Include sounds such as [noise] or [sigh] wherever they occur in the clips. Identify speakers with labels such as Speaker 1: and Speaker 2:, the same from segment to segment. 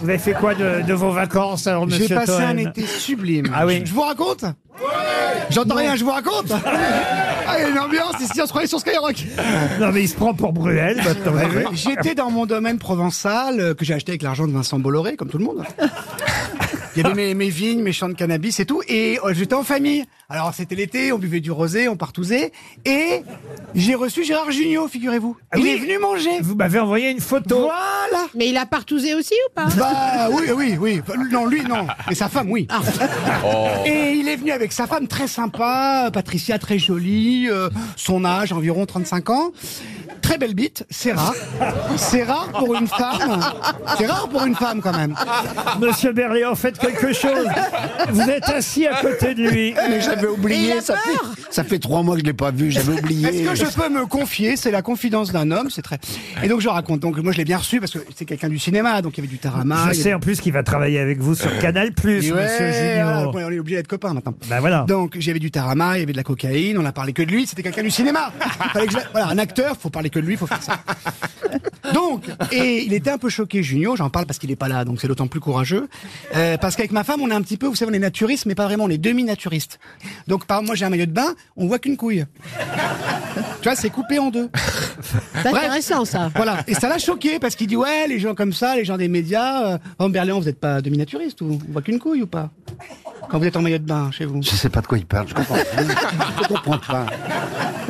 Speaker 1: Vous avez fait quoi de, de vos vacances, alors, monsieur
Speaker 2: J'ai passé
Speaker 1: Toen
Speaker 2: un été sublime.
Speaker 1: Ah oui.
Speaker 2: Je vous raconte J'entends rien, je
Speaker 1: [laughs]
Speaker 2: vous raconte Ah, il y a une ambiance ici, on se croyait sur Skyrock
Speaker 1: Non, mais il se prend pour Bruel,
Speaker 2: Bah,
Speaker 1: maintenant. vous avez vu
Speaker 2: J'étais dans mon domaine provençal euh, que j'ai acheté avec l'argent de Vincent Bolloré, comme tout le monde. Il y avait mes, mes vignes, mes champs de cannabis et tout. Et euh, j'étais en famille. Alors c'était l'été, on buvait du rosé, on partousait. Et j'ai reçu Gérard Jugnot, figurez-vous.
Speaker 1: Ah
Speaker 2: il
Speaker 1: oui.
Speaker 2: est venu manger.
Speaker 1: Vous m'avez envoyé une photo.
Speaker 2: Voilà
Speaker 3: Mais il a partousé aussi ou pas
Speaker 2: Bah oui, oui, oui. Non, lui, non. Mais sa femme, oui.
Speaker 1: Ah.
Speaker 2: Et il est venu avec sa femme très sympa, Patricia très jolie, euh, son âge environ 35 ans. Très belle bite, c'est rare. C'est rare pour une femme. C'est rare pour une femme quand même.
Speaker 1: Monsieur Berléand, faites quelque chose. Vous êtes assis à côté de lui.
Speaker 4: Mais j'avais
Speaker 3: Euh, Et il
Speaker 4: oublié,
Speaker 3: a
Speaker 4: ça fait, ça fait trois mois que je l'ai pas vu, j'avais
Speaker 2: Est-ce
Speaker 4: oublié.
Speaker 2: que je peux me confier C'est la confidence d'un homme, c'est très. Et donc je raconte. Donc moi je l'ai bien reçu parce que c'est quelqu'un du cinéma, donc il y avait du tarama.
Speaker 1: Je
Speaker 2: Ah, il y
Speaker 1: sais
Speaker 2: avait-
Speaker 1: en plus qu'il va travailler avec vous sur Canal+, Plus,
Speaker 2: Ouais,
Speaker 1: monsieur Junior.
Speaker 2: voilà, on est obligé d'être copains maintenant.
Speaker 1: Ben voilà.
Speaker 2: Donc j'avais du tarama, il y avait de la cocaïne, on a parlé que de lui, c'était quelqu'un du cinéma. Fallait que je la- Voilà, un acteur, faut parler que de lui, faut faire ça. Donc, et il était un peu choqué, Junio, j'en parle parce qu'il est pas là, donc c'est d'autant plus courageux. Euh, parce qu'avec ma femme, on est un petit peu, vous savez, on est naturiste, mais pas vraiment, on est demi-naturiste. Donc par moi j'ai un maillot de bain, on voit qu'une couille. tu vois, c'est coupé en deux.
Speaker 3: C'est intéressant ça.
Speaker 2: Voilà, et ça l'a choqué parce qu'il dit ouais, les gens comme ça, les gens des médias, euh, en Berlin, vous n'êtes pas demi-naturiste ou on voit qu'une couille ou pas Quand vous êtes en maillot de bain chez vous.
Speaker 4: Je sais pas de quoi il parle, je [laughs] comprends pas. Je comprends pas.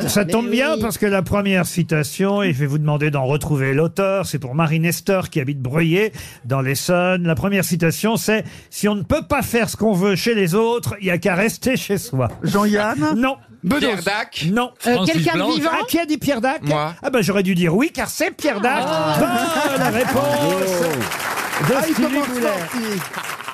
Speaker 1: Ça tombe
Speaker 3: Mais
Speaker 1: bien
Speaker 3: oui.
Speaker 1: parce que la première citation, et je vais vous demander d'en retrouver l'auteur, c'est pour Marie Nestor qui habite Breuillé dans l'Essonne. La première citation, c'est Si on ne peut pas faire ce qu'on veut chez les autres, il n'y a qu'à rester chez soi.
Speaker 2: Jean-Yann
Speaker 1: Non,
Speaker 5: Pierre Dac.
Speaker 1: non.
Speaker 3: Euh,
Speaker 5: Francis
Speaker 3: Quelqu'un de
Speaker 5: Blanche.
Speaker 3: vivant
Speaker 1: Ah, qui a dit Pierre Dac
Speaker 5: Moi.
Speaker 1: Ah ben j'aurais dû dire oui, car c'est Pierre Dac. Bonne réponse de
Speaker 2: Ah, il
Speaker 1: Stevie
Speaker 2: commence
Speaker 1: Boulet.
Speaker 2: fort, il-